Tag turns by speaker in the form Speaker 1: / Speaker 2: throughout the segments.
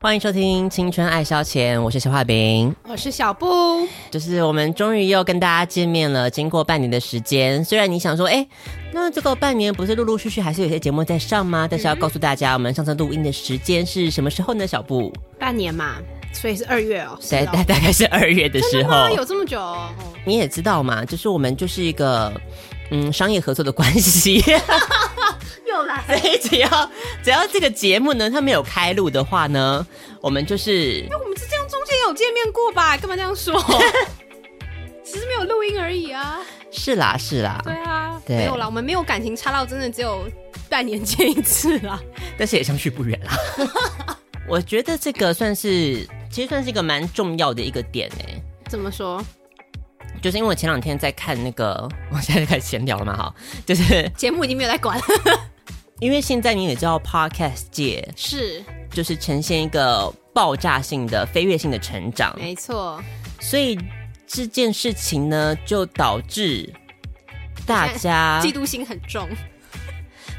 Speaker 1: 欢迎收听《青春爱消遣》，我是小画饼。
Speaker 2: 我是小布，
Speaker 1: 就是我们终于又跟大家见面了，经过半年的时间，虽然你想说，哎，那这个半年不是陆陆续续还是有些节目在上吗？但是要告诉大家，我们上次录音的时间是什么时候呢？小布，
Speaker 2: 半年嘛，所以是二月哦。是
Speaker 1: 大
Speaker 2: 哦
Speaker 1: 大大概是二月的时
Speaker 2: 真的
Speaker 1: 候
Speaker 2: 吗？。有这么久哦？哦
Speaker 1: 你也知道嘛，就是我们就是一个嗯商业合作的关系。
Speaker 2: 又来
Speaker 1: 所以只要只要这个节目呢，它没有开录的话呢，我们就是
Speaker 2: 我们之间中间有见面过吧？干嘛这样 说？只是没有录音而已啊。
Speaker 1: 是啦是啦，
Speaker 2: 对啊，
Speaker 1: 对
Speaker 2: 没有啦，我们没有感情差到真的只有半年见一次啦。
Speaker 1: 但是也相去不远 啦。我觉得这个算是，其实算是一个蛮重要的一个点哎、
Speaker 2: 怎么说？
Speaker 1: 就是因为我前两天在看那个，我现在开始闲聊了嘛哈，就是
Speaker 2: 节目已经没有在管了。
Speaker 1: 因为现在你也知道，podcast 界
Speaker 2: 是，
Speaker 1: 就是呈现一个爆炸性的、飞跃性的成长，
Speaker 2: 没错。
Speaker 1: 所以这件事情呢，就导致大家
Speaker 2: 嫉妒心很重，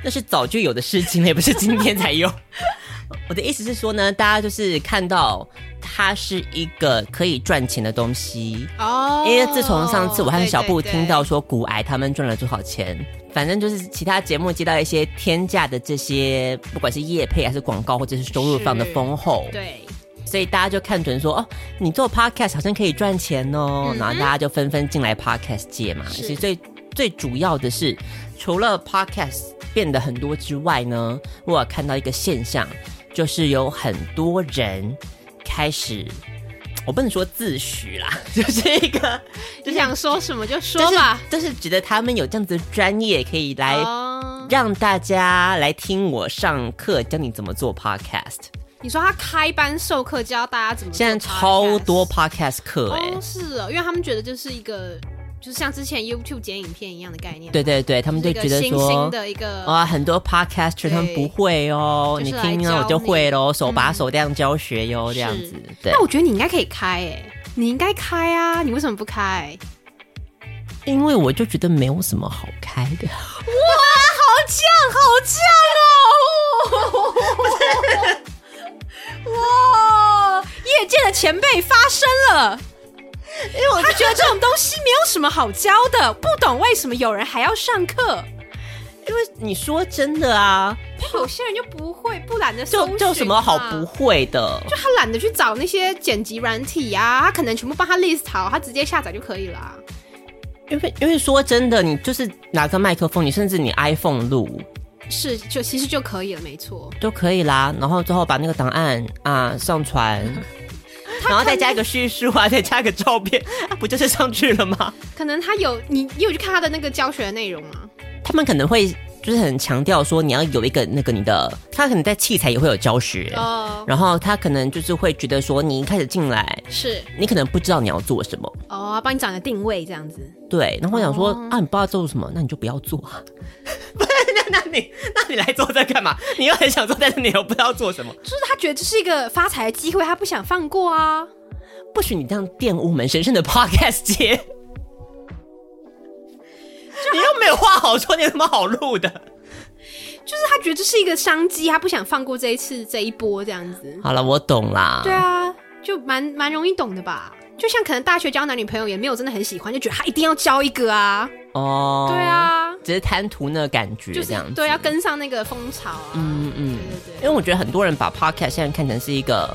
Speaker 1: 那是早就有的事情了，也不是今天才有。我的意思是说呢，大家就是看到它是一个可以赚钱的东西。
Speaker 2: 哦
Speaker 1: 因为自从上次我和小布
Speaker 2: 对对对
Speaker 1: 听到说骨癌他们赚了多少钱，反正就是其他节目接到一些天价的这些，不管是业配还是广告，或者是收入非常的丰厚，
Speaker 2: 对
Speaker 1: 所以大家就看准说哦，你做 podcast 好像可以赚钱哦，然后大家就纷纷进来 podcast 界嘛。
Speaker 2: 嗯是
Speaker 1: 其实最最主要的是，除了 podcast 变得很多之外呢，我有看到一个现象，就是有很多人开始，我不能说自诩啦， 就是一个
Speaker 2: 你想说什么就
Speaker 1: 就
Speaker 2: 说
Speaker 1: 是
Speaker 2: 吧。
Speaker 1: 就是觉得他们有这样子的专业可以来。
Speaker 2: 哦
Speaker 1: 让大家来听我上课，教你怎么做 podcast。
Speaker 2: 你说他开班授课教大家怎么做
Speaker 1: 现在超
Speaker 2: podcast
Speaker 1: 多 podcast 课哎、
Speaker 2: 哦，是哦，因为他们觉得就是一个，就是像之前 YouTube 剪影片一样的概念，
Speaker 1: 对，对对，他们就
Speaker 2: 就是一个
Speaker 1: 觉得
Speaker 2: 新
Speaker 1: 说
Speaker 2: 兴，的一个
Speaker 1: 哇，很多 podcaster
Speaker 2: 对
Speaker 1: 他们不会哦，
Speaker 2: 就是
Speaker 1: 你
Speaker 2: 来
Speaker 1: 听了我就
Speaker 2: 教你嗯
Speaker 1: 会喽，手把手这样教学哟，这样
Speaker 2: 是
Speaker 1: 子。对，
Speaker 2: 那我觉得你应该可以开诶、你应该开啊，你为什么不开？
Speaker 1: 因为我就觉得没有什么好开 的。
Speaker 2: 好呛，好呛哦！哇，业界的前辈发声了。因为我他觉得这种东西没有什么好教的，不懂为什么有人还要上课，
Speaker 1: 因为你说真的啊，
Speaker 2: 有些人就不会，不懒得搜
Speaker 1: 就
Speaker 2: 寻啊
Speaker 1: 就有什么好
Speaker 2: 嘛
Speaker 1: 不会的？
Speaker 2: 就他懒得去找那些剪辑软体啊，他可能全部帮他 list 好，他直接下载就可以了啊。
Speaker 1: 因为因为说真的，你就是拿个麦克风，你甚至你 iPhone 录
Speaker 2: 是，就其实就可以了，没错。
Speaker 1: 都可以啦。然后之后把那个档案啊 上传，然后再加一个叙述啊，再加个照片，啊不就是上去了吗？
Speaker 2: 可能他有你，你有去看他的那个教学的内容吗？
Speaker 1: 他们可能会就是很强调说你要有一个那个你的，他可能在器材也会有教学，
Speaker 2: 哦，
Speaker 1: 然后他可能就是会觉得说你一开始进来，
Speaker 2: 是
Speaker 1: 你可能不知道你要做什么，
Speaker 2: 哦，帮你找个定位这样子。
Speaker 1: 对，然后我想说、啊你不知道做什么，那你就不要做啊。 那那你那你来做这干嘛？你又很想做，但是你又不知道做什么。
Speaker 2: 就是他觉得这是一个发财的机会，他不想放过啊。
Speaker 1: 不许你这样玷污我们神圣的 podcast 界。你又没有话好说，你有什么好录的？
Speaker 2: 就是他觉得这是一个商机，他不想放过这一次这一波这样子。
Speaker 1: 好了，我懂啦。
Speaker 2: 对啊，就蛮蛮容易懂的吧。就像可能大学交男女朋友也没有真的很喜欢，就觉得他一定要交一个啊。
Speaker 1: 哦，
Speaker 2: 对啊，
Speaker 1: 只是贪图那个感觉，
Speaker 2: 就
Speaker 1: 这
Speaker 2: 是
Speaker 1: 样子
Speaker 2: 对，要跟上那个风潮啊。
Speaker 1: 嗯嗯
Speaker 2: 对对
Speaker 1: 因
Speaker 2: 对
Speaker 1: 为我觉得很多人把 podcast 现在看成是一个，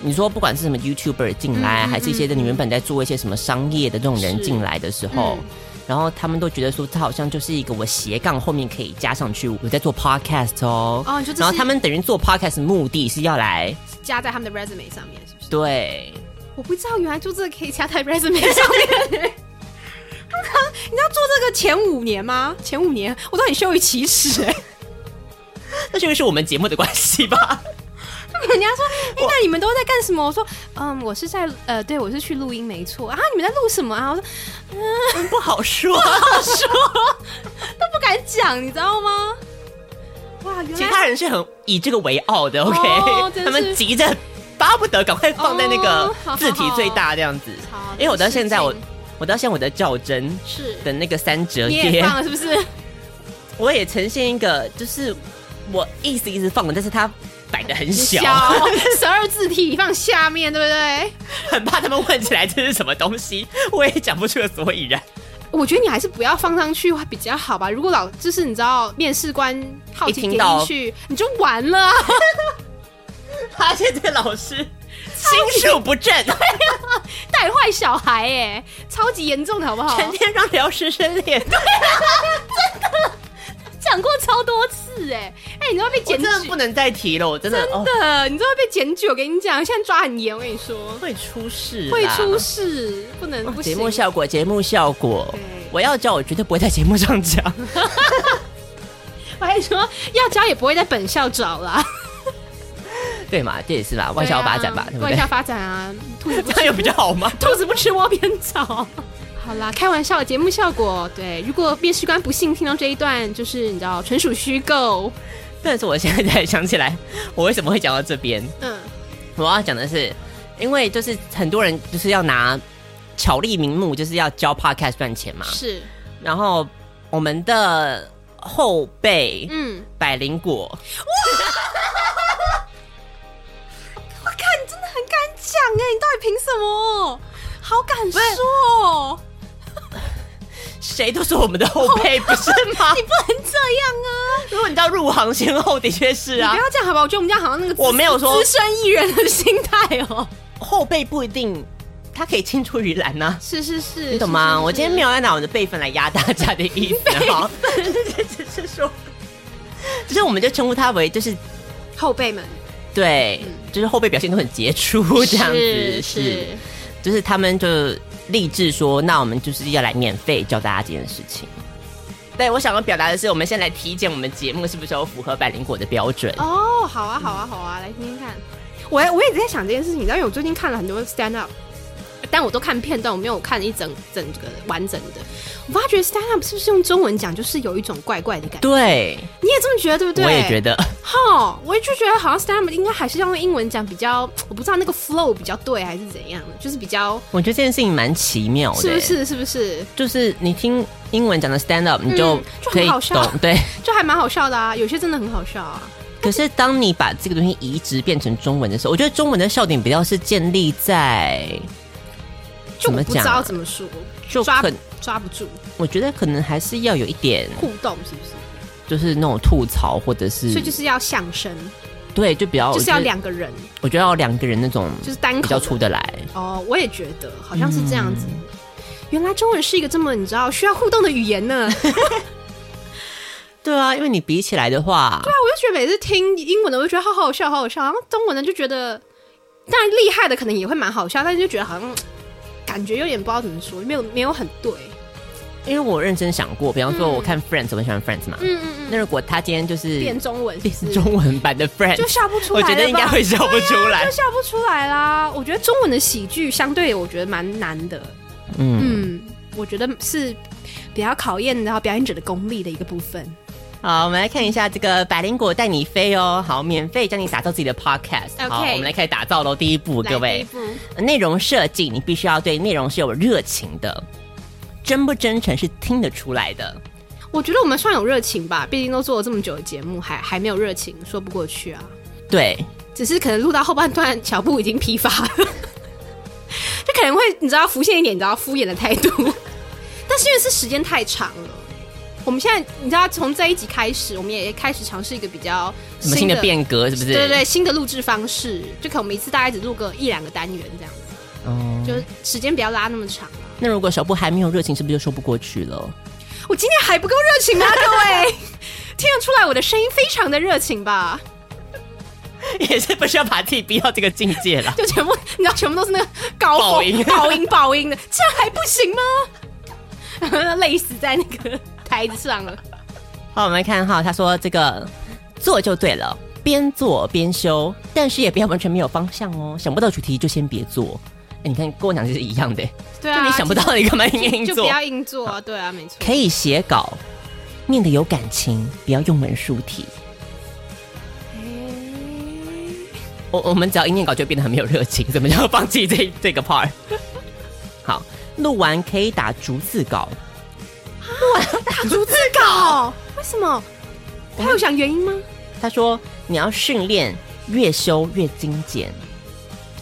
Speaker 1: 你说不管是什么 YouTuber 进来，
Speaker 2: 嗯嗯嗯
Speaker 1: 还是一些的你原本在做一些什么商业的这种人进来的时候，然后他们都觉得说，这好像就是一个我斜杠后面可以加上去，我在做 podcast 哦。
Speaker 2: 哦你说这是
Speaker 1: 然后他们等于做 podcast 的目的是要来
Speaker 2: 加在他们的 resume 上面，是不是？
Speaker 1: 对，
Speaker 2: 我不知道原来做这个可以加在 resume 上面、 通常你知道做这个前五年吗？前五年我都很羞于启齿哎。
Speaker 1: 那这个是我们节目的关系吧？
Speaker 2: 人家说：“哎、那你们都在干什么？”我说：“嗯，我是在呃，对我是去录音，没错啊。你们在录什么啊？”我说
Speaker 1: 不好说，：“
Speaker 2: 说都不敢讲，你知道吗？”哇，原
Speaker 1: 其
Speaker 2: 来
Speaker 1: 他人是很以这个为傲的，OK？、
Speaker 2: 哦真是
Speaker 1: 他们急着巴不得赶快放在那
Speaker 2: 哦
Speaker 1: 个
Speaker 2: 好好
Speaker 1: 字体最大这样子。
Speaker 2: 好
Speaker 1: 因为我到现在
Speaker 2: 那
Speaker 1: 我
Speaker 2: 是事情
Speaker 1: 我到现在我的较真
Speaker 2: 是
Speaker 1: 的那个三折
Speaker 2: 你也
Speaker 1: 贴，
Speaker 2: 放了是不是？
Speaker 1: 我也呈现一个就是我一直一直放的，但是它摆的很小，
Speaker 2: 十二字体放下面，对不对？
Speaker 1: 很怕他们问起来这是什么东西，我也讲不出个所以然。
Speaker 2: 我觉得你还是不要放上去比较好吧。如果老就是你知道面试官好奇
Speaker 1: 一
Speaker 2: 点
Speaker 1: 听到
Speaker 2: 进去，你就完了啊。
Speaker 1: 发现这个老师心术不正，
Speaker 2: 带坏小孩哎，超级严重的好不好？
Speaker 1: 成 天让聊师生恋，
Speaker 2: 哦讲过超多次哎，哎、你都会被
Speaker 1: 我
Speaker 2: 检
Speaker 1: 真的
Speaker 2: 举
Speaker 1: 不能再提了，我真的哦
Speaker 2: 的，你都会被检举。我跟你讲，现在抓很严，我跟你说
Speaker 1: 会出事啦，哦
Speaker 2: 会出事，不能不行。
Speaker 1: 节目效果，节目效果
Speaker 2: 对，
Speaker 1: 我要教，我绝对不会在节目上讲。
Speaker 2: 我还说要教也不会在本校找啦，
Speaker 1: 对嘛，这也是吧，外销发展吧，对
Speaker 2: 对啊
Speaker 1: 不
Speaker 2: 外
Speaker 1: 对
Speaker 2: 校？发展啊，兔子不
Speaker 1: 这样有比较好吗？
Speaker 2: 兔子不吃窝边草。好啦，开玩笑，节目效果对。如果面试官不幸听到这一段，就是你知道纯属虚构。
Speaker 1: 但是我现在才想起来，我为什么会讲到这边？
Speaker 2: 嗯，
Speaker 1: 我要讲的是，因为就是很多人就是要拿巧立名目，就是要教 podcast 赚钱嘛。
Speaker 2: 是，
Speaker 1: 然后我们的后辈，
Speaker 2: 嗯，
Speaker 1: 百灵果，
Speaker 2: 我看你真的很敢讲哎，你到底凭什么？好敢说哦！
Speaker 1: 谁都是我们的后辈，不是 吗？
Speaker 2: 你不能这样啊！
Speaker 1: 如果你到入行先后，的确是 啊
Speaker 2: 你不。要这样好吧？我觉得我们这样好像那个资
Speaker 1: 我没有说
Speaker 2: 资深艺人的心态哦。
Speaker 1: 后辈不一定，他可以青出于蓝呐、啊
Speaker 2: 是是是，
Speaker 1: 你懂
Speaker 2: 是
Speaker 1: 吗？
Speaker 2: 是是
Speaker 1: 我今天没有 要拿我的辈分来压大家的意思，好，只是说，只是我们就称呼他为就是
Speaker 2: 后辈们
Speaker 1: 对，就是后辈表现都很杰出这样子，
Speaker 2: 嗯是是
Speaker 1: 就是他们就立志说，那我们就是要来免费教大家这件事情。对，我想要表达的是，我们先来体检我们节目是不是有符合百灵果的标准。
Speaker 2: 哦，好啊好啊好啊，来听听看。我我也在想这件事情，你知道，因为我最近看了很多 stand up，但我都看片段，我没有看一整整个完整的。我发觉 stand up 是不是用中文讲，就是有一种怪怪的感觉？
Speaker 1: 对，
Speaker 2: 你也这么觉得对不对？
Speaker 1: 我也觉得，
Speaker 2: 哈，我就觉得好像 stand up 应该还是要用英文讲比较，我不知道那个 flow 比较对还是怎样的，就是比较
Speaker 1: 我觉得这件事情蛮奇妙的，
Speaker 2: 是不？是是不是？
Speaker 1: 就是你听英文讲的 stand up，你就
Speaker 2: 嗯就很
Speaker 1: 可以
Speaker 2: 好
Speaker 1: 懂，
Speaker 2: 笑
Speaker 1: 对。
Speaker 2: 就还蛮好笑的啊，有些真的很好笑啊。
Speaker 1: 可是当你把这个东西移植变成中文的时候，我觉得中文的笑点比较是建立在，
Speaker 2: 就
Speaker 1: 怎
Speaker 2: 我
Speaker 1: 么
Speaker 2: 不知
Speaker 1: 讲
Speaker 2: 道
Speaker 1: 啊？
Speaker 2: 怎么说，
Speaker 1: 就
Speaker 2: 抓
Speaker 1: 很
Speaker 2: 抓不住
Speaker 1: 我觉得可能还是要有一点，
Speaker 2: 互动，是不是？
Speaker 1: 就是那种吐槽或者是，
Speaker 2: 所以就是要相声，
Speaker 1: 对，就比较
Speaker 2: 就是要
Speaker 1: 我觉得
Speaker 2: 两个人，
Speaker 1: 我觉得要两个人那种
Speaker 2: 就是单口
Speaker 1: 哦比较嗯出得来。
Speaker 2: 哦，我也觉得好像是这样子。原来中文是一个这么你知道需要互动的语言呢。 对
Speaker 1: 对啊，因为你比起来的话，
Speaker 2: 啊，我就觉得每次听英文的，我就觉得好好笑，好好笑。然后中文的就觉得，当然厉害的可能也会蛮好笑，但是就觉得好像感觉有点不知道怎么说，没有没有很对。
Speaker 1: 因为我认真想过，比方说我看 Friends，我很喜欢 Friends 嘛。
Speaker 2: 嗯嗯嗯，
Speaker 1: 那如果他今天就是
Speaker 2: 变中文是不是
Speaker 1: 变中文版的 Friends，
Speaker 2: 就笑不出来了
Speaker 1: 我
Speaker 2: 吧，
Speaker 1: 觉得应该会笑不出来
Speaker 2: 就。笑不出来啦。我觉得中文的喜剧相对我觉得蛮难的，
Speaker 1: 嗯，
Speaker 2: 嗯，我觉得是比较考验然后表演者的功力的一个部分。
Speaker 1: 好，我们来看一下这个百灵果带你飞哦。好，免费教你打造自己的 podcast。好，
Speaker 2: OK
Speaker 1: 我们来开始打造喽。第一步，各
Speaker 2: 来第一
Speaker 1: 位，
Speaker 2: 步
Speaker 1: 内容设计你必须要对内容是有热情的，真不真诚是听得出来的。
Speaker 2: 我觉得我们算有热情吧，毕竟都做了这么久的节目，还还没有热情，说不过去啊。
Speaker 1: 对，
Speaker 2: 只是可能录到后半段，小布已经疲乏了， 就可能会你知道浮现一点你知道敷衍的态度， 但是因为是时间太长了。我们现在你知道，从这一集开始，我们也开始尝试一个比较
Speaker 1: 什么新的变革是不是？
Speaker 2: 对对对，新的录制方式，就可能我们一次大概只录个一两个单元这样子，
Speaker 1: 哦，
Speaker 2: 就是时间不要拉那么长啊。
Speaker 1: 那如果手部还没有热情，是不是就说不过去了？
Speaker 2: 我今天还不够热情吗？各位，听得出来我的声音非常的热情吧？
Speaker 1: 也是不需要把自己逼到这个境界啦。
Speaker 2: 就全部，你知道，全部都是那个高
Speaker 1: 爆
Speaker 2: 爆
Speaker 1: 音
Speaker 2: 爆音、爆音的，这样还不行吗？ 累死在那个台子上了。
Speaker 1: 好，我们来看哈，他说这个做就对了，边做边修，但是也不要完全没有方向哦。想不到主题就先别做。哎，你看跟我讲就是一样的，
Speaker 2: 对
Speaker 1: 就
Speaker 2: 啊，
Speaker 1: 你想不到你干嘛硬硬
Speaker 2: 就
Speaker 1: 做
Speaker 2: 不？要硬做啊！对啊，没错。
Speaker 1: 可以写稿，念的有感情，不要用文书体。我我们只要一念稿就变得很没有热情，怎么就放弃这这个 part？好，录完可以打逐字稿，
Speaker 2: 逐字稿？为什么？他有想原因吗？
Speaker 1: 他说你要训练越修越精简，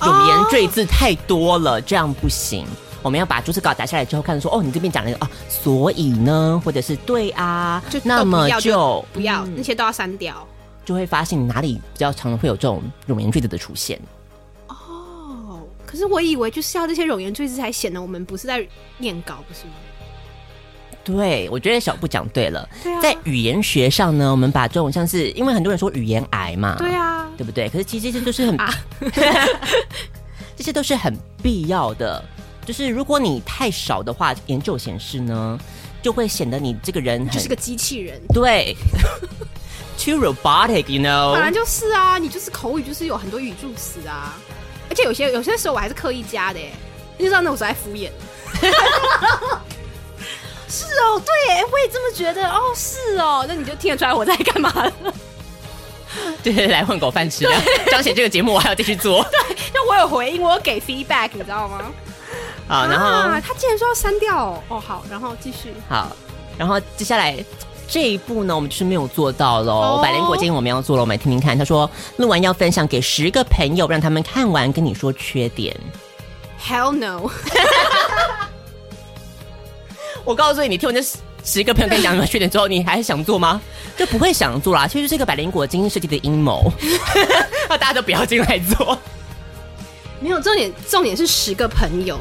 Speaker 2: 哦
Speaker 1: 永言赘字太多了，这样不行。我们要把逐字稿打下来之后，看说哦，你这边讲了一个啊，所以呢，或者是对啊，
Speaker 2: 就
Speaker 1: 那
Speaker 2: 都不
Speaker 1: 么
Speaker 2: 要
Speaker 1: 就嗯
Speaker 2: 不要那些都要删掉。
Speaker 1: 就会发现你哪里比较常会有这种冗言赘字的出现。
Speaker 2: 哦，可是我以为就是要这些冗言赘字才显得我们不是在念稿，不是吗？
Speaker 1: 对，我觉得小布讲对了，
Speaker 2: 对啊
Speaker 1: 在语言学上呢，我们把这种像是因为很多人说语言癌嘛，
Speaker 2: 对啊，
Speaker 1: 对不对？可是其实这些都是很，
Speaker 2: 啊
Speaker 1: 这些都是很必要的。就是如果你太少的话，研究显示呢，就会显得你这个人很
Speaker 2: 就是个机器人。
Speaker 1: 对，too robotic，you
Speaker 2: 本来
Speaker 1: know。
Speaker 2: 就是啊，你就是口语，就是有很多语助词啊，而且有些有些时候我还是刻意加的耶，你就知道那我是在敷衍。 是哦，对耶，我也这么觉得。哦，是哦，那你就听得出来我在干嘛了。
Speaker 1: 对，来混口饭吃了。彰显这个节目我还要继 续做
Speaker 2: 就我有回应，我有给 feedback，你知道吗？
Speaker 1: 好，然后
Speaker 2: 啊、他竟然说要删掉哦，哦好，然后继续。
Speaker 1: 好，然后接下来这一步呢，我们就是没有做到喽。
Speaker 2: 哦
Speaker 1: 百灵果建议我们要做了，我们来听听看。他说录完要分享给十个朋友，让他们看完跟你说缺点。
Speaker 2: Hell no！
Speaker 1: 我告诉你，你听完这十十个朋友跟你讲什么缺点之后，你还想做吗？ 就不会想做啦。其实这个百灵果精英设计的阴谋，那 大家都不要进来做，
Speaker 2: 没有重点，重点是十个朋友，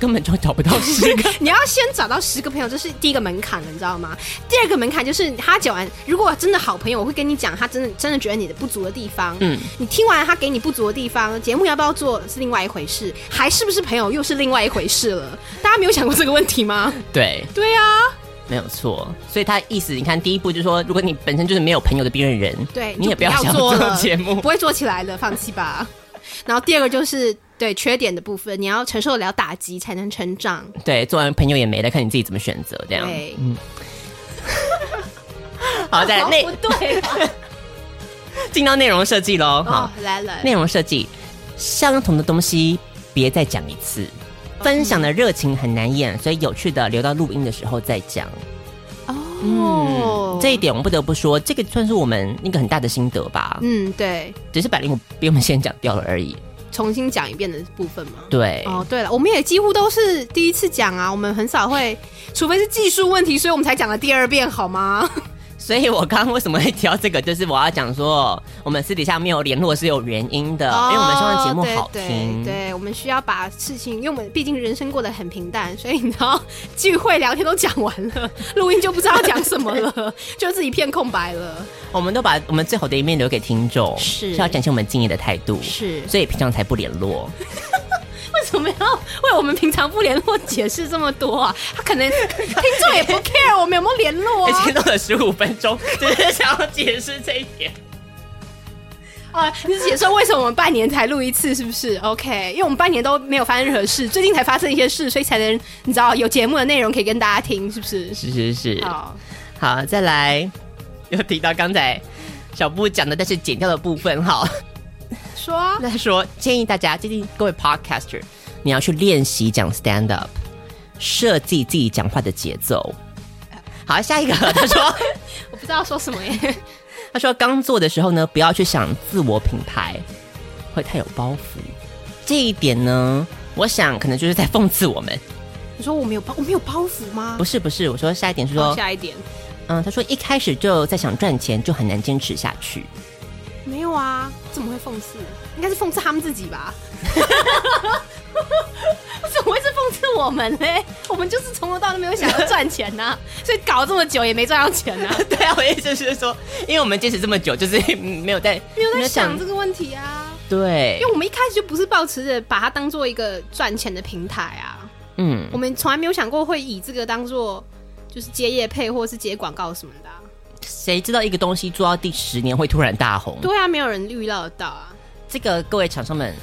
Speaker 1: 根本就找不到十个。
Speaker 2: 你要先找到十个朋友，这是第一个门槛了，你知道吗？第二个门槛就是他讲完，如果真的好朋友，我会跟你讲他真的真的觉得你的不足的地方。嗯，你听完他给你不足的地方，节目要不要做是另外一回事，还是不是朋友又是另外一回事了。大家没有想过这个问题吗？
Speaker 1: 对，
Speaker 2: 对啊，
Speaker 1: 没有错。所以他意思，你看第一步就是说，如果你本身就是没有朋友的辨认人，
Speaker 2: 对，
Speaker 1: 你也
Speaker 2: 就
Speaker 1: 不
Speaker 2: 不
Speaker 1: 要想
Speaker 2: 做了
Speaker 1: 节目
Speaker 2: 不。会做起来的，放弃吧。然后第二个就是对缺点的部分，你要承受得了打击才能成长。
Speaker 1: 对，做完朋友也没了，看你自己怎么选择这样。
Speaker 2: 对，
Speaker 1: 好，再来内
Speaker 2: 哦不对了
Speaker 1: 进到内容设计喽。
Speaker 2: 哦
Speaker 1: 好，，
Speaker 2: 来了，
Speaker 1: 内容设计相同的东西别再讲一次，分享的热情很难演，所以有趣的留到录音的时候再讲。
Speaker 2: 哦，
Speaker 1: 嗯这一点我们不得不说，这个算是我们一个很大的心得吧。
Speaker 2: 嗯，对，
Speaker 1: 只是百灵果比我们先讲掉了而已。
Speaker 2: 重新讲一遍的部分嘛。
Speaker 1: 对，
Speaker 2: 哦，对了，我们也几乎都是第一次讲啊，我们很少会，除非是技术问题，所以我们才讲了第二遍，好 吗？
Speaker 1: 所以我刚刚为什么会提到这个，就是我要讲说，我们私底下没有联络是有原因的，啊因为我们希望节目好
Speaker 2: 哦对
Speaker 1: 听。
Speaker 2: 对对，我们需要把事情，因为我们毕竟人生过得很平淡，所以你知道聚会聊天都讲完了，录音就不知道讲什么 了，就自己片空白了。
Speaker 1: 我们都把我们最好的一面留给听众，
Speaker 2: 是
Speaker 1: 要展现我们敬业的态度，
Speaker 2: 是
Speaker 1: 所以平常才不联络。
Speaker 2: 为什么要为我们平常不联络解释这么多啊？他可能听众也不 care 我们有没有联络
Speaker 1: 而
Speaker 2: 啊
Speaker 1: 且？弄哎了十五分钟，只是想要解释这一点。
Speaker 2: 啊，你是解说为什么我们半年才录一次，是不是？OK，因为我们半年都没有发生任何事，最近才发生一些事，所以才能你知道有节目的内容可以跟大家听，是不是？
Speaker 1: 是是是，
Speaker 2: 好，
Speaker 1: 好，再来，又提到刚才小布讲的，但是剪掉的部分哈。
Speaker 2: 说啊
Speaker 1: 那他说建议大家，建议各位 podcaster，你要去练习讲 stand up，设计自己讲话的节奏。好，下 一个，他说，
Speaker 2: 我不知道说什么耶。
Speaker 1: 他说刚做的时候呢，不要去想自我品牌，会太有包袱。这一点呢，我想可能就是在讽刺我们。
Speaker 2: 你说我没有包，我没有包袱吗？
Speaker 1: 不是不是，我说下一点是
Speaker 2: 好
Speaker 1: 说，
Speaker 2: 哦下一点
Speaker 1: 嗯，他说一开始就在想赚钱，就很难坚持下 去。
Speaker 2: 没有啊？怎 么会讽刺？应该是讽刺他们自己吧？我怎么会是讽是我们嘞，我们就是从头到尾都没有想要赚钱呐、所以搞这么久也没赚到钱 呐、
Speaker 1: 对啊，我意思是说，因为我们坚持这么久，就是嗯没有在
Speaker 2: 没有在想这个问题啊。
Speaker 1: 对
Speaker 2: 因，为我们一开始就不是抱持着把它当做一个赚钱的平台啊，
Speaker 1: 嗯，
Speaker 2: 我们从来没有想过会以这个当做就是接业配或是接广告什么的啊、
Speaker 1: 谁知道一个东西做到第十年会突然大红？
Speaker 2: 对啊，没有人预料得到 啊。
Speaker 1: 这个各位厂商们，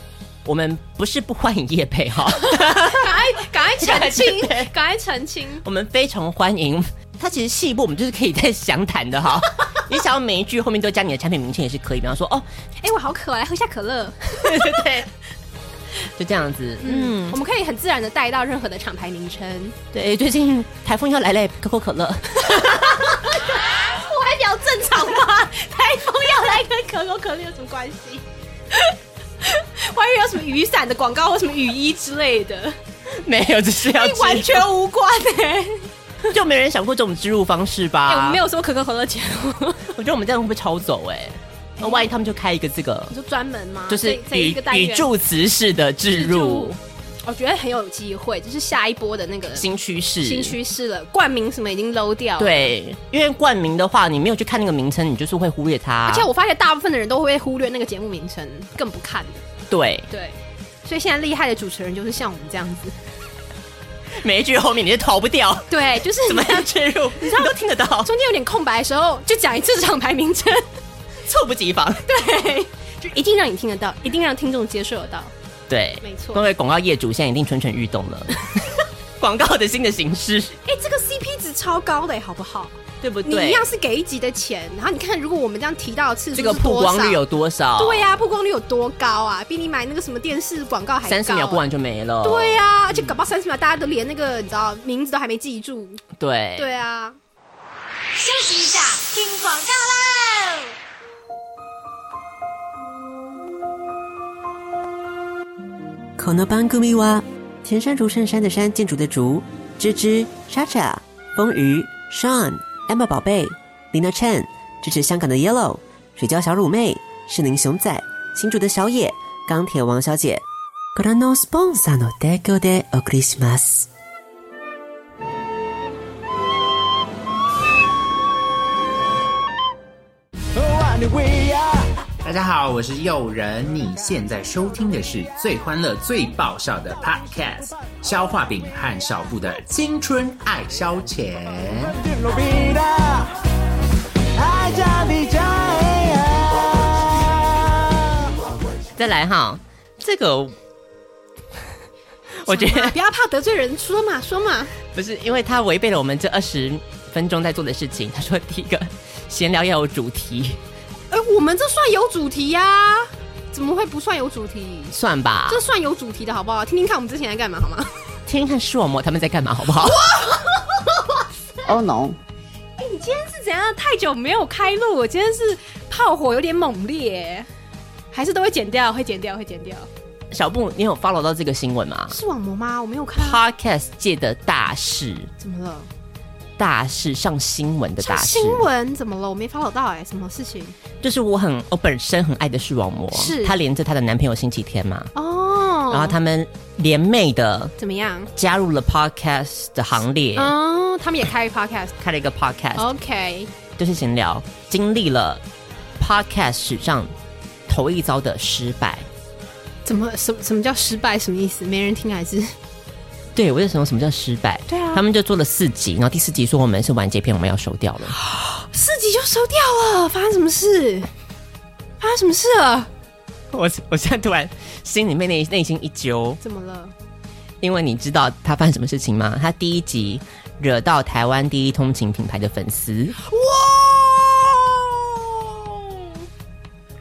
Speaker 1: 我们不是不欢迎叶 配哈，
Speaker 2: 赶快赶快澄清
Speaker 1: 对对，
Speaker 2: 赶快澄清。
Speaker 1: 我们非常欢迎。它其实细部我们就是可以再详谈 的哈。你想要每一句后面都加你的产品名称也是可以，比方说哦，
Speaker 2: 哎、我好渴，来喝下可乐。
Speaker 1: 对对对，就这样子。嗯，
Speaker 2: 嗯，我们可以很自然的带到任何的厂牌名称。
Speaker 1: 对，最近台风要来嘞，可口可 乐。
Speaker 2: 我还聊正常 吗？台风要来跟可口可乐有什么关系？我还以为有什么雨伞的广告或什么雨衣之类的，
Speaker 1: 没有，只是 要
Speaker 2: 哎完全无关哎、欸。
Speaker 1: 就没人想过这种植入方式吧？
Speaker 2: 哎、我们没有收可口可乐钱哦，
Speaker 1: 我觉得我们这样会不会超走哎、那万一他们就开一个这个，
Speaker 2: 你说专门吗？
Speaker 1: 就是
Speaker 2: 这这一
Speaker 1: 语
Speaker 2: 个单
Speaker 1: 语
Speaker 2: 元
Speaker 1: 助词式的置入，
Speaker 2: 我觉得很有机会，就是下一波的那个
Speaker 1: 新趋势，
Speaker 2: 新趋势了，冠名什么已经 low 掉。，
Speaker 1: 对，因为冠名的话，你没有去看那个名称，你就是会忽略它。
Speaker 2: 而且我发现大部分的人都会忽略那个节目名称，更不看的。
Speaker 1: 对
Speaker 2: 对，所以现在厉害的主持人就是像我们这样子。
Speaker 1: 每一句后面你就逃不掉，
Speaker 2: 对， 就是
Speaker 1: 怎么样置入，你都听得到，
Speaker 2: 中间有点空白的时候，就讲一次厂牌名称，
Speaker 1: 猝不及防。
Speaker 2: 对，就一定让你听得到，一定让听众接受得到。
Speaker 1: 对，
Speaker 2: 没错
Speaker 1: 各位广告业主现在一定蠢蠢欲动了， 广告的新的形式，
Speaker 2: 哎、这个 CP 值超高的，好不好？
Speaker 1: 对不
Speaker 2: 你一
Speaker 1: 对
Speaker 2: 样？是给一集的钱，然后你看，如果我们这样提到的次数，
Speaker 1: 这个曝光率有。多少？
Speaker 2: 对、呀、曝光率有多高啊？比你买那个什么电视广告还高、啊
Speaker 1: 三十秒播完就没了。
Speaker 2: Oh 对呀、而且搞不好三十秒大家都连那个你知道名字都还没记住。
Speaker 1: 对
Speaker 2: 对啊，
Speaker 3: 休息一下，听广告啦。
Speaker 4: この番組は前山竹圣山的山建筑的竹芝芝、莎莎、风鱼、Sean、Emma 宝贝、Lina Chen 支持香港的 Yellow、水饺小乳妹、士林熊仔、新竹的小野、钢铁王小姐。ご覧のスポンサーの提供でお送りします。
Speaker 5: 大家好，我是诱人，你现在收听的是最欢乐、最爆笑的 Podcast《消化饼和小布的青春爱消遣》。
Speaker 6: eh, ah.
Speaker 1: 再来哈，这个 我觉
Speaker 2: 啊
Speaker 1: 得
Speaker 2: 不要怕得罪人，说嘛说嘛。
Speaker 1: 不是，因为他违背了我们这二十分钟在做的事情。他说第一个闲聊要有主题，
Speaker 2: 哎、我们这算有主题呀、怎么会不算有主题？
Speaker 1: 算吧
Speaker 2: 这。算有主题的好不好？听听看我们之前在干嘛好吗？
Speaker 1: 听听看视网膜他们在干嘛，好不好？
Speaker 2: 哎、你今天是怎样？太久没有开录，我今天是炮火有点猛烈耶，还是都会剪掉？会剪掉？会剪掉？
Speaker 1: 小布，你有 follow 到这个新闻吗
Speaker 2: 视网膜吗？我没有看啊，
Speaker 1: ？Podcast 界的大事，
Speaker 2: 怎么了？
Speaker 1: 大事上新闻的
Speaker 2: 上
Speaker 1: 大事，
Speaker 2: 新闻怎么了？我没 follow 到哎、什么事情？
Speaker 1: 就是我很我本身很爱的视网膜，
Speaker 2: 是
Speaker 1: 她连着她的男朋友星期天嘛，
Speaker 2: 哦，
Speaker 1: 然后他们联袂的
Speaker 2: 怎么样？
Speaker 1: 加入了 Podcast 的行列，
Speaker 2: 哦，他们也开 podcast。
Speaker 1: 开了一个 Podcast，、
Speaker 2: OK，
Speaker 1: 就是闲聊，经历了 podcast 史上头一遭的失败。
Speaker 2: 怎么什什么叫失败？什么意思？没人听还是？
Speaker 1: 对，我就想说什么叫失败？
Speaker 2: 对啊
Speaker 1: 他们就做了四集，然后第四集说我们是完结篇，我们要收掉了。
Speaker 2: 四集就收掉了，发生什么事？发生什么事了？
Speaker 1: 我我现在突然心里面内内心一揪，
Speaker 2: 怎么了？
Speaker 1: 因为你知道他发生什么事情吗？他第一集惹到台湾第一通勤品牌的粉丝，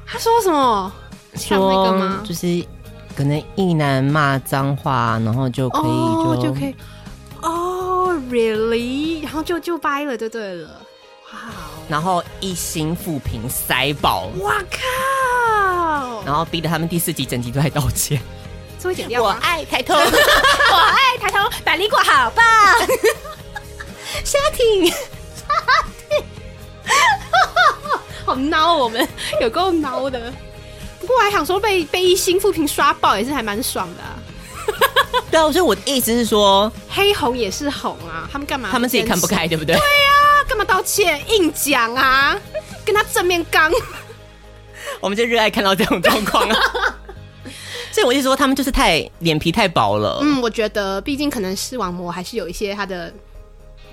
Speaker 2: 他说什么？像那个吗
Speaker 1: 说就是可能一男骂脏话，然后就可以就、
Speaker 2: 哦，就可以。哦、r e a l l y 然后就就掰了，就对了。哇哦，
Speaker 1: 然后一心复评塞爆，
Speaker 2: 哇靠！
Speaker 1: 然后逼得他们第四集整集都在道歉。
Speaker 2: 这会剪掉
Speaker 1: 我
Speaker 2: 吗？
Speaker 1: 爱抬头，
Speaker 2: 我爱抬头，百灵果好 棒，
Speaker 1: 家庭。
Speaker 2: 好孬哦我们，有够孬的。不过我还想说被被一星复评刷爆也是还蛮爽的啊、
Speaker 1: 对啊，所以我的意思是说，
Speaker 2: 黑红也是红啊，他们干嘛？
Speaker 1: 他们自己看不开，对不对？
Speaker 2: 对啊，干嘛道歉？硬讲啊，跟他正面刚。
Speaker 1: 我们就热爱看到这种状况啊。所以我就说，他们就是太脸皮太薄了，
Speaker 2: 嗯，我觉得毕竟可能视网膜还是有一些它的，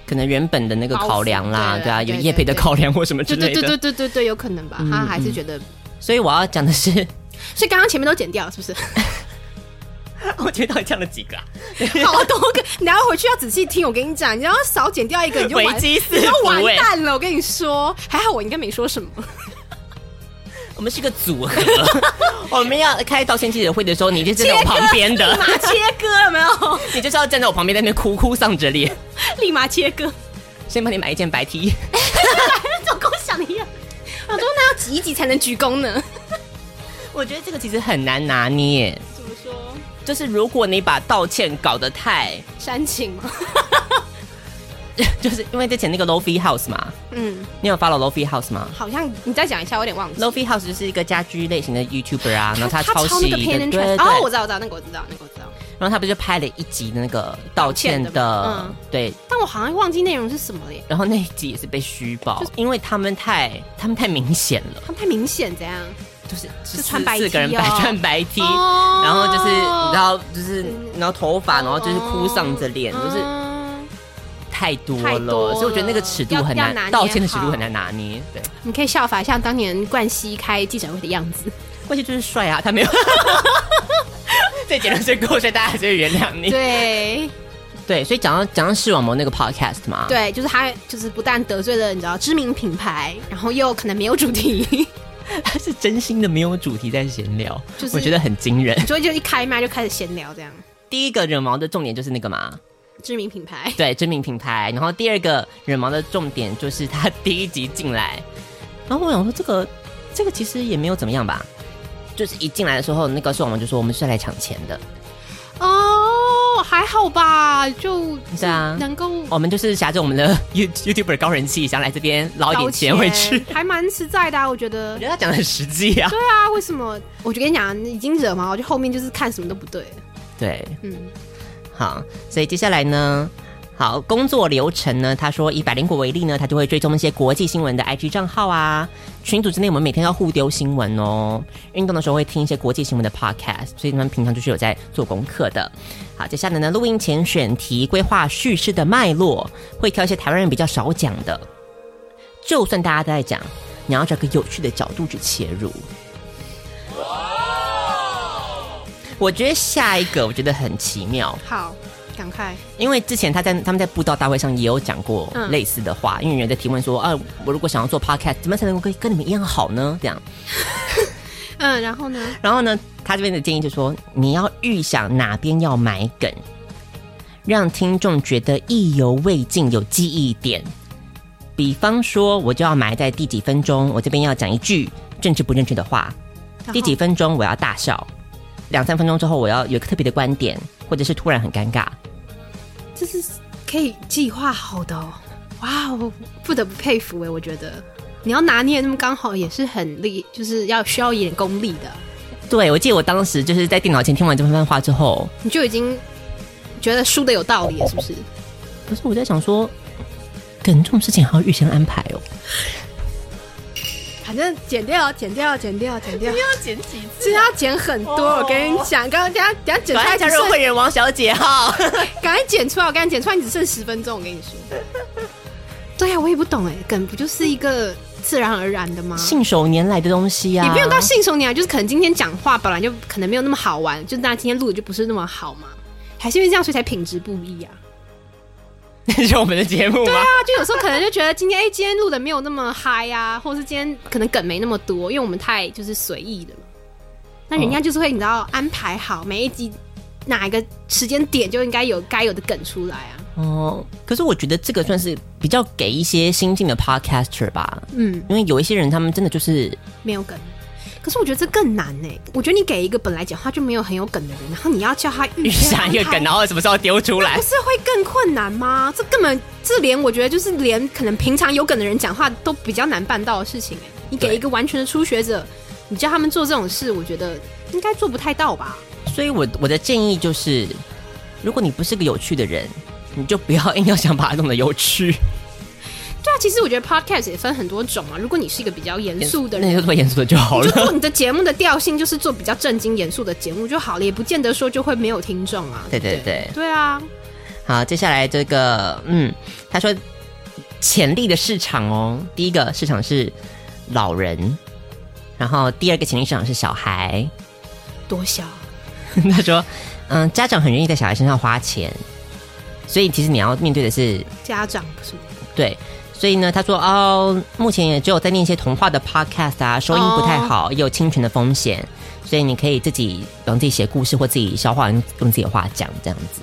Speaker 1: 可能原本的那个
Speaker 2: 包袱
Speaker 1: 考量啦，
Speaker 2: 对
Speaker 1: 对啊，有
Speaker 2: 对对
Speaker 1: 业配的
Speaker 2: 对
Speaker 1: 考量或什么之
Speaker 2: 对
Speaker 1: 类
Speaker 2: 对
Speaker 1: 的。
Speaker 2: 对对对对对，有可能吧，他还是觉得，
Speaker 1: 所以我要讲的是，
Speaker 2: 所以刚刚前面都剪掉了，是不 是？
Speaker 1: 我觉得到底讲了几个、啊？
Speaker 2: 好多个，你要回去要仔细听。我跟你讲，你要少剪掉一个，你就完
Speaker 1: 危机四伏
Speaker 2: 你就完
Speaker 1: 欸
Speaker 2: 蛋了。我跟你说，还好我应该没说什么。
Speaker 1: 我们是个组合，我们要开道歉记者会的时候，你就站在我旁边的，
Speaker 2: 立马切割，有没有？
Speaker 1: 你就是要站在我旁边在那边哭哭丧着脸，
Speaker 2: 立马切 割，
Speaker 1: 先帮你买一件白 T。
Speaker 2: 总跟我想的一样。我说啊那要挤一挤才能鞠躬呢？
Speaker 1: 我觉得这个其实很难拿捏，
Speaker 2: 怎么说？
Speaker 1: 就是如果你把道歉搞得太，
Speaker 2: 煽情吗？
Speaker 1: 就是因为之前那个 LoFi House 嘛，
Speaker 2: 嗯，
Speaker 1: 你有 follow LoFi House 吗？
Speaker 2: 好像你再讲一下，我有点忘记。
Speaker 1: Lofi House 就是一个家居类型的 YouTuber 啊，然后
Speaker 2: 他
Speaker 1: 抄袭
Speaker 2: 那个
Speaker 1: 的，
Speaker 2: Pen
Speaker 1: 对
Speaker 2: and
Speaker 1: 对
Speaker 2: Trace
Speaker 1: 对，
Speaker 2: 哦，我知道，我知道，那个我知道，那个我知道。
Speaker 1: 然后他不就拍了一集的那个道
Speaker 2: 道歉
Speaker 1: 歉的
Speaker 2: 的嗯，
Speaker 1: 对，
Speaker 2: 但我好像忘记内容是什么了耶，
Speaker 1: 然后那一集也是被虚报，因为他们太他们太明显了，
Speaker 2: 他们太明显怎样？
Speaker 1: 就是
Speaker 2: 就
Speaker 1: 四
Speaker 2: 穿白 T
Speaker 1: 四个人白
Speaker 2: 哦
Speaker 1: 穿白 T，
Speaker 2: 哦
Speaker 1: 然后就是你知道就是然后头发，然后就是
Speaker 2: 哦
Speaker 1: 哭丧着脸，就是
Speaker 2: 嗯
Speaker 1: 太多
Speaker 2: 太
Speaker 1: 了，
Speaker 2: 多
Speaker 1: 所以我觉得那个尺度
Speaker 2: 了
Speaker 1: 很
Speaker 2: 要要拿
Speaker 1: 难，
Speaker 2: 捏
Speaker 1: 道歉的尺
Speaker 2: 好
Speaker 1: 度很难拿捏，对，
Speaker 2: 你可以效法像当年冠希开记者会的样子。
Speaker 1: 关键就是帅啊，他没有。最简单是够帅，大家就原谅你。
Speaker 2: 对
Speaker 1: 对，所以讲到讲到视网膜那个 podcast 嘛，
Speaker 2: 对，就是他，就是不但得罪了你知道知名品牌，然后又可能没有主题，
Speaker 1: 他 是真心的没有主题在闲聊，
Speaker 2: 就是
Speaker 1: 我觉得很惊人。
Speaker 2: 所以就一开麦就开始闲聊这样。
Speaker 1: 第一个惹毛的重点就是那个嘛，
Speaker 2: 知名品牌，
Speaker 1: 对，知名品牌。然后第二个惹毛的重点就是他第一集进来，然后我想说这个这个其实也没有怎么样吧，就是一进来的时候，那个视网膜就说我们是来抢钱的，
Speaker 2: 哦，还好吧，就
Speaker 1: 对啊
Speaker 2: 能够
Speaker 1: 我们就是挟着我们的 You YouTuber 高人气，想来这边捞一
Speaker 2: 捞
Speaker 1: 点钱回去。，
Speaker 2: 还蛮实在的、啊，我觉得
Speaker 1: 我觉。得他讲的很实际啊，
Speaker 2: 对啊，为什么？我就跟你讲，已经惹毛，就后面就是看什么都不对了。
Speaker 1: 对，
Speaker 2: 嗯，
Speaker 1: 好，所以接下来呢，好工作流程呢，他说以百灵果为例呢，他就会追踪一些国际新闻的 IG 账号啊，群组之内我们每天要互丢新闻哦，运动的时候会听一些国际新闻的 podcast，所以他们平常就是有在做功课的。好，接下来呢，录音前选题规划叙事的脉络，会挑一些台湾人比较少讲的，就算大家都在讲，你要找个有趣的角度去切入。我觉得下一个我觉得很奇妙，
Speaker 2: 好，赶快。
Speaker 1: 因为之前他在他们在布道大会上也有讲过
Speaker 2: 嗯
Speaker 1: 类似的话，因为有人在提问说，啊，我如果想要做 podcast，怎么才能够跟跟你们一样好呢？这样，
Speaker 2: 嗯，然后呢？
Speaker 1: 然后呢，他这边的建议就说，你要预想哪边要埋梗，让听众觉得意犹未尽，有记忆点。比方说，我就要埋在第几分钟，我这边要讲一句政治不正确的话，
Speaker 2: 后
Speaker 1: 第几分钟我要大笑，两三分钟之后我要有一个特别的观点，或者是突然很尴尬。
Speaker 2: 这是可以计划好的哦。哇哦，不得不佩服哎、我觉得你要拿捏那么刚好也是很厉，就是要需要一点功力的。
Speaker 1: 对，我记得我当时就是在电脑前听完这番话之后，
Speaker 2: 你就已经觉得输的有道理了，是不是？
Speaker 1: 可是我在想说，梗这种事情还要预先安排哦。
Speaker 2: 反正剪掉，剪掉，剪掉，剪掉。要剪几次？啊哦真的要剪很多，我跟你讲，刚刚等下等下剪出来只 剩，
Speaker 1: 员王小姐啊哈，
Speaker 2: 赶快剪出来，我刚才剪出来你只剩十分钟，我跟你说。 对呀、我也不懂哎、梗不就是一个自然而然的吗？
Speaker 1: 信手拈来的东西啊，
Speaker 2: 也没有到信手拈来，就是可能今天讲话本来就可能没有那么好玩，就那今天录的就不是那么好嘛，还是因为这样所以才品质不一啊。
Speaker 1: 那是我们的节目吗？
Speaker 2: 啊，就有时候可能就觉得今天哎、今天录的没有那么嗨啊，或是今天可能梗没那么多，因为我们太就是随意了嘛。那人家就是会你知道安排好每一集哪一个时间点就应该有该有的梗出来啊。
Speaker 1: 哦，可是我觉得这个算是比较给一些新进的 podcaster 吧，
Speaker 2: 嗯，
Speaker 1: 因为有一些人他们真的就是
Speaker 2: 没有梗。可是我觉得这更难呢、我觉得你给一个本来讲话就没有很有梗的人，然后你要叫他预
Speaker 1: 预
Speaker 2: 先
Speaker 1: 想一个
Speaker 2: 安排
Speaker 1: 梗，然后什么时候丢出来
Speaker 2: 不，是会更困难吗？这根本这连我觉得就是连可能平常有梗的人讲话都比较难办到的事情、哎，你给
Speaker 1: 对
Speaker 2: 一个完全的初学者，你叫他们做这种事，我觉得应该做不太到吧？
Speaker 1: 所以我我的建议就是，如果你不是个有趣的人，你就不要硬要想把它弄得有趣。
Speaker 2: 对啊，其实我觉得 podcast 也分很多种啊。如果你是一个比较严肃的
Speaker 1: 那你
Speaker 2: 人，
Speaker 1: 就做严肃的就好
Speaker 2: 你 就做
Speaker 1: 了。
Speaker 2: 你的节目的调性就是做比较正经严肃的节目就好了，也不见得说就会没有听众啊。
Speaker 1: 对
Speaker 2: 对
Speaker 1: 对
Speaker 2: 不
Speaker 1: 对，
Speaker 2: 对啊，
Speaker 1: 好，接下来这个，嗯，他说潜力的市场哦，第一个市场是老人，然后第二个潜力市场是小孩。
Speaker 2: 多小啊。
Speaker 1: 他说，嗯，家长很愿意在小孩身上花钱，所以其实你要面对的是
Speaker 2: 家长不是吗
Speaker 1: 对。所以呢，他说哦，目前也只有在念一些童话的 podcast 啊，收音不太好，也有侵权的风险，所以你可以自己帮自己写故事或自己消化，用用自己的话讲这样子。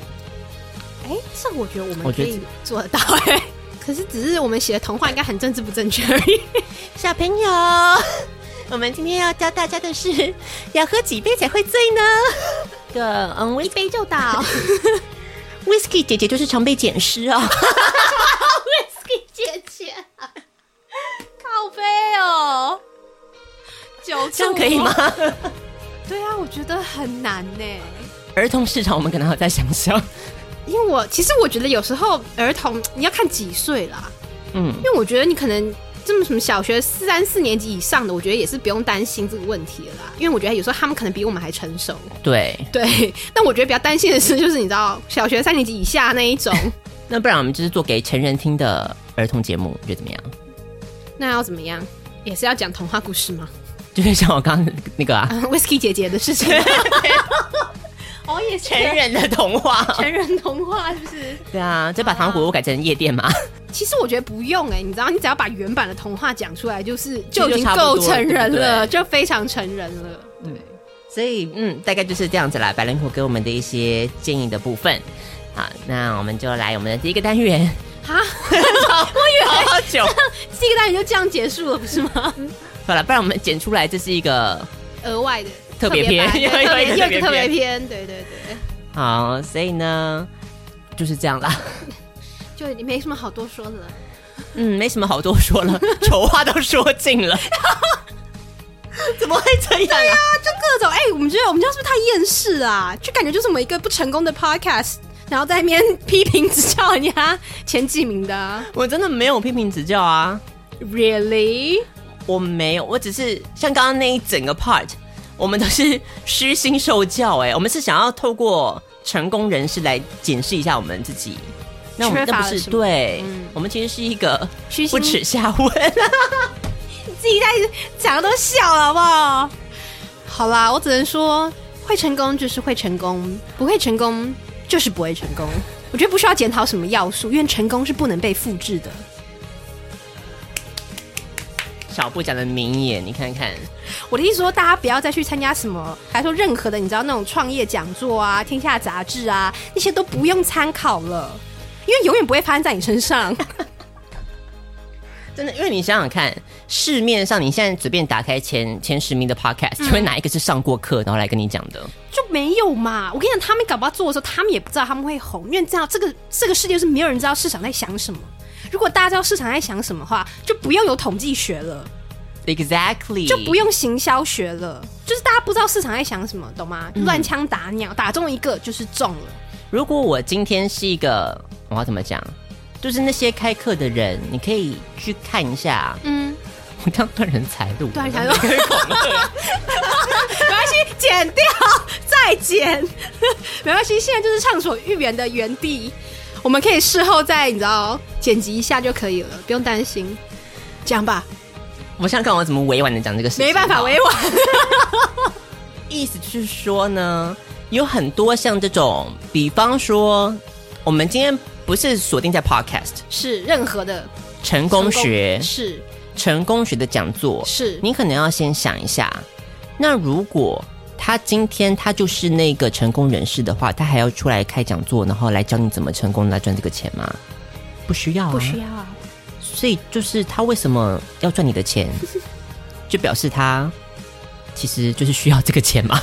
Speaker 2: 哎，这我觉得我们
Speaker 1: 我
Speaker 2: 可
Speaker 1: 觉得
Speaker 2: 以做得到哎、可是只是我们写的童话应该很政治不正确而已。
Speaker 4: 小朋友， 我们今天要教大家的是，要喝几杯才会醉 呢？
Speaker 1: 个嗯，我
Speaker 2: 一杯 就倒，
Speaker 4: Whisky 姐姐就是常被捡尸 啊。
Speaker 2: 姐姐、啊，靠背哦，酒这
Speaker 1: 样可以吗？
Speaker 2: 对啊，我觉得很难呢、
Speaker 1: 儿童市场，我们可能还要再想想。
Speaker 2: 因为我其实我觉得有时候儿童你要看几岁啦，
Speaker 1: 嗯，
Speaker 2: 因为我觉得你可能这么什么小学四三四年级以上的，我觉得也是不用担心这个问题了啦，因为我觉得有时候他们可能比我们还成熟。
Speaker 1: 对，
Speaker 2: 对，但我觉得比较担心的是，就是你知道小学三年级以下那一 种，
Speaker 1: 那不然我们就是做给成人听的儿童节目，你觉得怎么样？
Speaker 2: 那要怎么样？也是要讲童话故事 吗、
Speaker 1: 就是像我刚刚那个啊，
Speaker 2: 嗯 w h i s k y 姐姐的事情吗， 哦，也是
Speaker 1: 成 人的 童话。
Speaker 2: 成人童话是不是？
Speaker 1: 对啊，就把糖果屋改成夜店嘛。
Speaker 2: 其实我觉得不用哎、你知道，你只要把原版的童话讲出来，就是
Speaker 1: 其实
Speaker 2: 就已
Speaker 1: 就
Speaker 2: 经
Speaker 1: 差不
Speaker 2: 够
Speaker 1: 多
Speaker 2: 成人了，
Speaker 1: 对不
Speaker 2: 就非常成人了。
Speaker 1: 所以，嗯，大概就是这样子啦。百灵果给我们的一些建议的部分。好，那我们就来我们的第一个单元。
Speaker 2: 哈，
Speaker 1: 好久，
Speaker 2: 这个单元就这样结束了，不是吗？
Speaker 1: 好了，不然我们剪出来，这是一个
Speaker 2: 额外的
Speaker 1: 特别篇
Speaker 2: 版对特别又有一
Speaker 1: 又有一个
Speaker 2: 个
Speaker 1: 特
Speaker 2: 特别
Speaker 1: 别
Speaker 2: 篇，对对对，
Speaker 1: 好，所以呢，就是这样啦。
Speaker 2: 就也没什么好多说的了。啊
Speaker 1: 嗯，没什么好多说了，丑话都说尽了。 怎么会这样啊？
Speaker 2: 就各种哎、我们觉得我们这样是不是太厌世啊？就感觉就是我们一个不成功的 podcast，然后在那边 批评指教人家前几名的、啊、
Speaker 1: 我真的没有批评指教啊，
Speaker 2: ，really？
Speaker 1: 我没有，我只是像刚刚那一整个 part，我们都是虚心受教、哎，我们是想要透过成功人士来检视一下我们自己。那我们
Speaker 2: 缺
Speaker 1: 那
Speaker 2: 乏
Speaker 1: 不
Speaker 2: 了
Speaker 1: 是
Speaker 2: 什么
Speaker 1: 对、
Speaker 2: 嗯
Speaker 1: 我们其实是一个
Speaker 2: 虚心
Speaker 1: 不耻下问。
Speaker 2: 自己在讲的都笑了，好不好？好啦，我只能说，会成功就是会成功，不会成功就是不会成功。我觉得不需要检讨什么要素，因为成功是不能被复制的。
Speaker 1: 小布讲的名言，你看看，
Speaker 2: 我的意思说，大家不要再去参加什么，还说任何的，你知道那种创业讲座啊、天下杂志啊，那些都不用参考了，因为永远不会发生在你身上。
Speaker 1: 真的，因为你想想看，市面上你现在随便打开前前十名的 podcast，请
Speaker 2: 嗯
Speaker 1: 问哪一个是上过课然后来跟你讲的？
Speaker 2: 就没有嘛。我跟你讲，他们搞不好做的时候，他们也不知道他们会红，因为这样这个这个世界是没有人知道市场在想什么。如果大家知道市场在想什么的话，就不用有统计学了，
Speaker 1: Exactly，
Speaker 2: 就不用行销学了，就是大家不知道市场在想什么，懂吗？乱枪打鸟，打中一个就是中了。
Speaker 1: 如果我今天是一个，我要怎么讲？就是那些开课的人，你可以去看一下。啊
Speaker 2: 嗯，
Speaker 1: 我这样断人财路，
Speaker 2: 断人财路
Speaker 1: 我刚刚讲了
Speaker 2: 没关系，剪掉再剪， 没关系。现在就是畅所欲言的原地，我们可以事后再你知道剪辑一下就可以了，不用担心。这样吧，
Speaker 1: 我想看我怎么委婉的讲这个事情。
Speaker 2: 没办法
Speaker 1: 好
Speaker 2: 委婉。
Speaker 1: 意思就是说呢，有很多像这种，比方说，我们今天不是锁定在 podcast
Speaker 2: 是任何的
Speaker 1: 成功学、
Speaker 2: 是
Speaker 1: 成功学的讲座，
Speaker 2: 是
Speaker 1: 你可能要先想一下，那如果他今天他就是那个成功人士的话，他还要出来开讲座，然后来教你怎么成功来赚这个钱吗？不需要、啊，
Speaker 2: 不需要啊，
Speaker 1: 所以就是他为什么要赚你的 钱，就表示他其实就是需要这个钱嘛。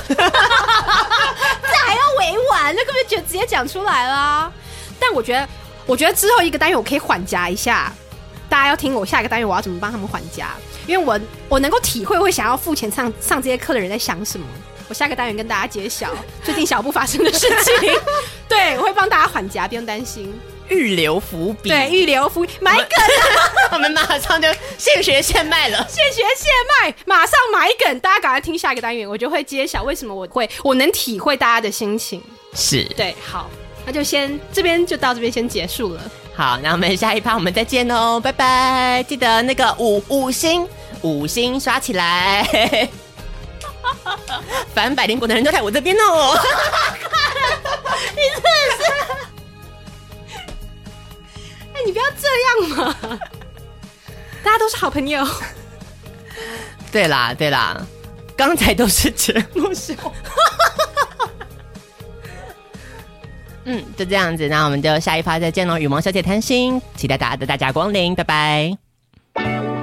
Speaker 2: 哎委婉，那根本就直接讲出来啦。但我觉得，我觉得之后一个单元我可以缓夹一下，大家要听我下一个单元我要怎么帮他们缓夹，因为我我能够体会会想要付钱上上 这些课的人在想什么。我下个单元跟大家揭晓最近小布发生的事情。对，对，我会帮大家缓夹，不用担心。
Speaker 1: 预留伏笔，
Speaker 2: 对，预留伏买梗，
Speaker 1: 我们马上就现学现卖了。
Speaker 2: 现学现卖，马上买梗，大家赶快听下一个单元，我就会揭晓为什么我会，我能体会大家的心情。
Speaker 1: 是，
Speaker 2: 对，好，那就先这边就到这边先结束了。
Speaker 1: 好，那我们下一趴我们再见哦，拜拜！记得那个五五星五星刷起来， 反百灵果的人都在我这边哦。
Speaker 2: 哎、你不要这样嘛， 大家都是好朋 友。
Speaker 1: 对啦，对啦，刚才都是节目秀。嗯，就这样子，那我们就下一趴再见喽，哦羽毛小姐贪心，期待大家的大驾光临，拜拜。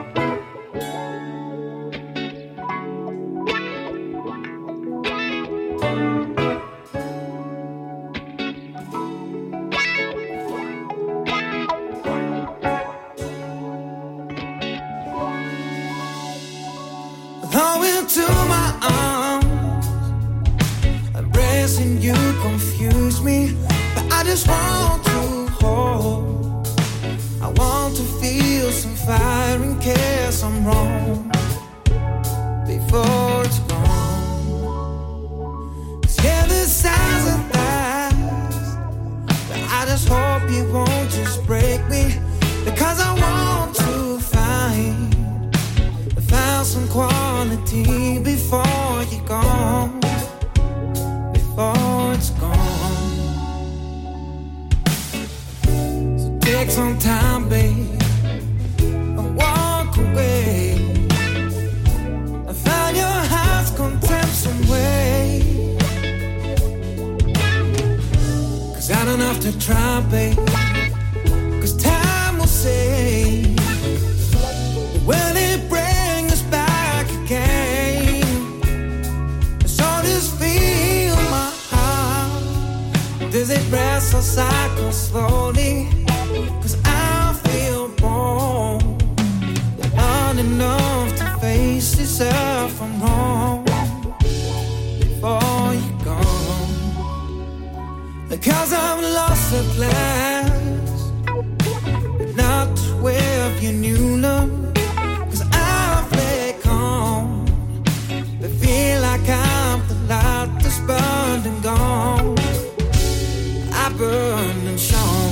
Speaker 6: Throw into my arms. Embracing you confuse me. But I just want to hold. I want to feel some fire in case I'm wrong. Before it's gone. Cause yeah, this has a past. But I just hope you won't just break me. Because I want to find found some quality before you're gone. Before it's gone. So take some time, babe, and walk away. I found your heart's content some way. Cause I don't have to try, babe. Cause time will say. Will it bring us back again? So just feel my heart. Does it rest or cycle slowly? Cause I feel born. Not enough to face yourself from wrong. Before you're gone. Because I've lost at last. But not with your new love. Cause I flick on But feel like I'm the light that's burned and gone I burn and shown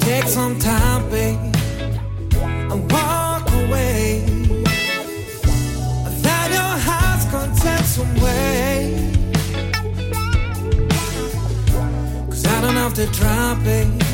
Speaker 6: Take some time, babe, and walk away. Let your heart's content some way. Cause I don't have to try, babe.